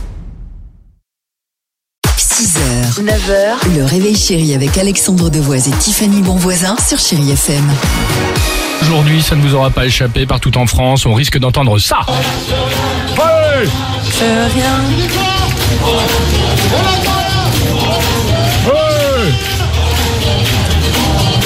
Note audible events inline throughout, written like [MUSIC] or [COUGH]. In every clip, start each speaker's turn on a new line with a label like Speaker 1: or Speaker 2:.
Speaker 1: 6h, 9h, le réveil chéri avec Alexandre Devoise et Tiffany Bonvoisin sur Chéri FM.
Speaker 2: Aujourd'hui, ça ne vous aura pas échappé partout en France, on risque d'entendre ça. Ouais Ouais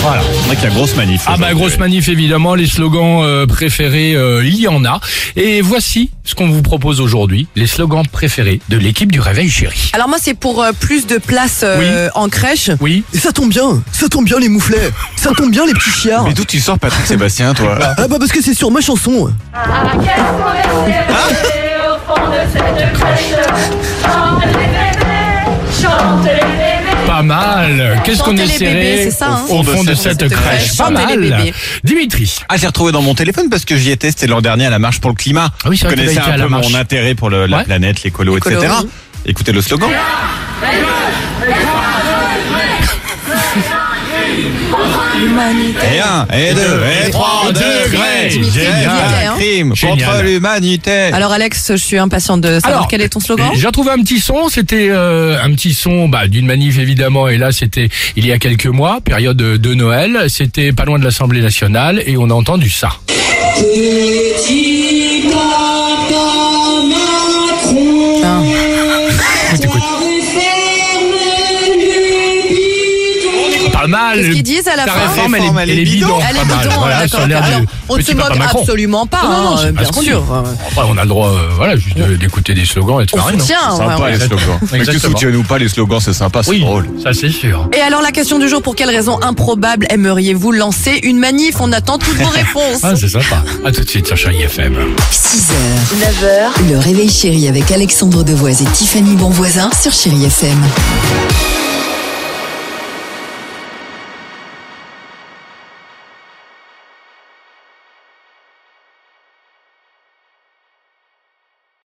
Speaker 2: Voilà.
Speaker 3: C'est vrai qu'il y a grosse manif.
Speaker 2: Ah bah
Speaker 3: aujourd'hui.
Speaker 2: grosse manif évidemment, les slogans euh, préférés, euh, il y en a. Et voici ce qu'on vous propose aujourd'hui, les slogans préférés de l'équipe du Réveil Chéri.
Speaker 4: Alors moi c'est pour euh, plus de place euh, en crèche.
Speaker 2: Oui
Speaker 4: Ça tombe bien, ça tombe bien les mouflets, ça tombe bien les petits chiards.
Speaker 3: Mais d'où tu sors Patrick
Speaker 2: [LAUGHS]
Speaker 3: Sébastien, toi
Speaker 4: Ah bah parce que c'est sur ma chanson.
Speaker 2: Pas mal Qu'est-ce qu'on
Speaker 4: Chantez les bébés,
Speaker 2: essaierait
Speaker 4: c'est ça, hein.
Speaker 2: au fond de cette crèche Pas
Speaker 4: Chantez les
Speaker 2: mal
Speaker 4: bébés.
Speaker 2: Dimitri
Speaker 3: Ah, j'ai retrouvé dans mon téléphone parce que j'y étais, c'était l'an dernier à la marche pour le climat.
Speaker 2: Ah oui, c'est
Speaker 3: Je
Speaker 2: vrai que
Speaker 3: connaissais
Speaker 2: t'avais été à
Speaker 3: un
Speaker 2: la
Speaker 3: peu
Speaker 2: marche.
Speaker 3: mon intérêt pour le- la
Speaker 2: Ouais.
Speaker 3: planète, l'écolo,
Speaker 4: L'écolo,
Speaker 3: etc.
Speaker 4: oui.
Speaker 3: Écoutez le slogan. Et Eh un, et deux, et trois degrés.
Speaker 4: Dimitri,
Speaker 3: J'ai
Speaker 4: il y était,
Speaker 3: un
Speaker 4: hein.
Speaker 3: crime contre
Speaker 2: Génial.
Speaker 3: l'humanité.
Speaker 4: Alors Alex, je suis impatiente de euh, savoir
Speaker 2: Alors,
Speaker 4: quel est ton slogan.
Speaker 2: J'ai retrouvé un petit son, c'était euh, un petit son bah, d'une manif évidemment, et là c'était il y a quelques mois, période de de Noël, c'était pas loin de l'Assemblée Nationale, et on a entendu ça. Écoute, écoute. Pas mal.
Speaker 4: Qu'est-ce qu'ils disent à la
Speaker 2: Ta
Speaker 4: fin
Speaker 2: réforme, elle est, elle est bidon.
Speaker 4: Elle est
Speaker 2: Pas
Speaker 4: bidon,
Speaker 2: mal. Ah, bah, Voilà,
Speaker 4: d'accord.
Speaker 2: ça a l'air
Speaker 4: Alors,
Speaker 2: du
Speaker 4: on ne
Speaker 2: petit
Speaker 4: se
Speaker 2: papa
Speaker 4: moque
Speaker 2: Macron.
Speaker 4: absolument pas,
Speaker 2: Non, non, non,
Speaker 4: hein,
Speaker 2: c'est pas
Speaker 4: bien
Speaker 2: ce qu'on
Speaker 4: sûr.
Speaker 2: Enfin, on a le droit, euh, voilà, juste de- d'écouter des slogans et de
Speaker 4: On
Speaker 2: faire rien.
Speaker 4: soutient,
Speaker 3: C'est
Speaker 4: ouais,
Speaker 3: sympa
Speaker 4: ouais.
Speaker 3: les slogans. Mais que tu
Speaker 2: Exactement.
Speaker 3: soutiennes ou pas les slogans, c'est sympa, c'est
Speaker 2: Oui,
Speaker 3: drôle.
Speaker 2: ça c'est sûr.
Speaker 4: Et alors la question du jour, pour quelle raison improbable aimeriez-vous lancer une manif On attend toutes
Speaker 2: [LAUGHS]
Speaker 4: vos réponses.
Speaker 2: Ah, c'est sympa. À tout de suite sur Chérie FM.
Speaker 1: 6h, 9h, le réveil chéri avec Alexandre Devoise et Tiffany Bonvoisin sur Chéri FM.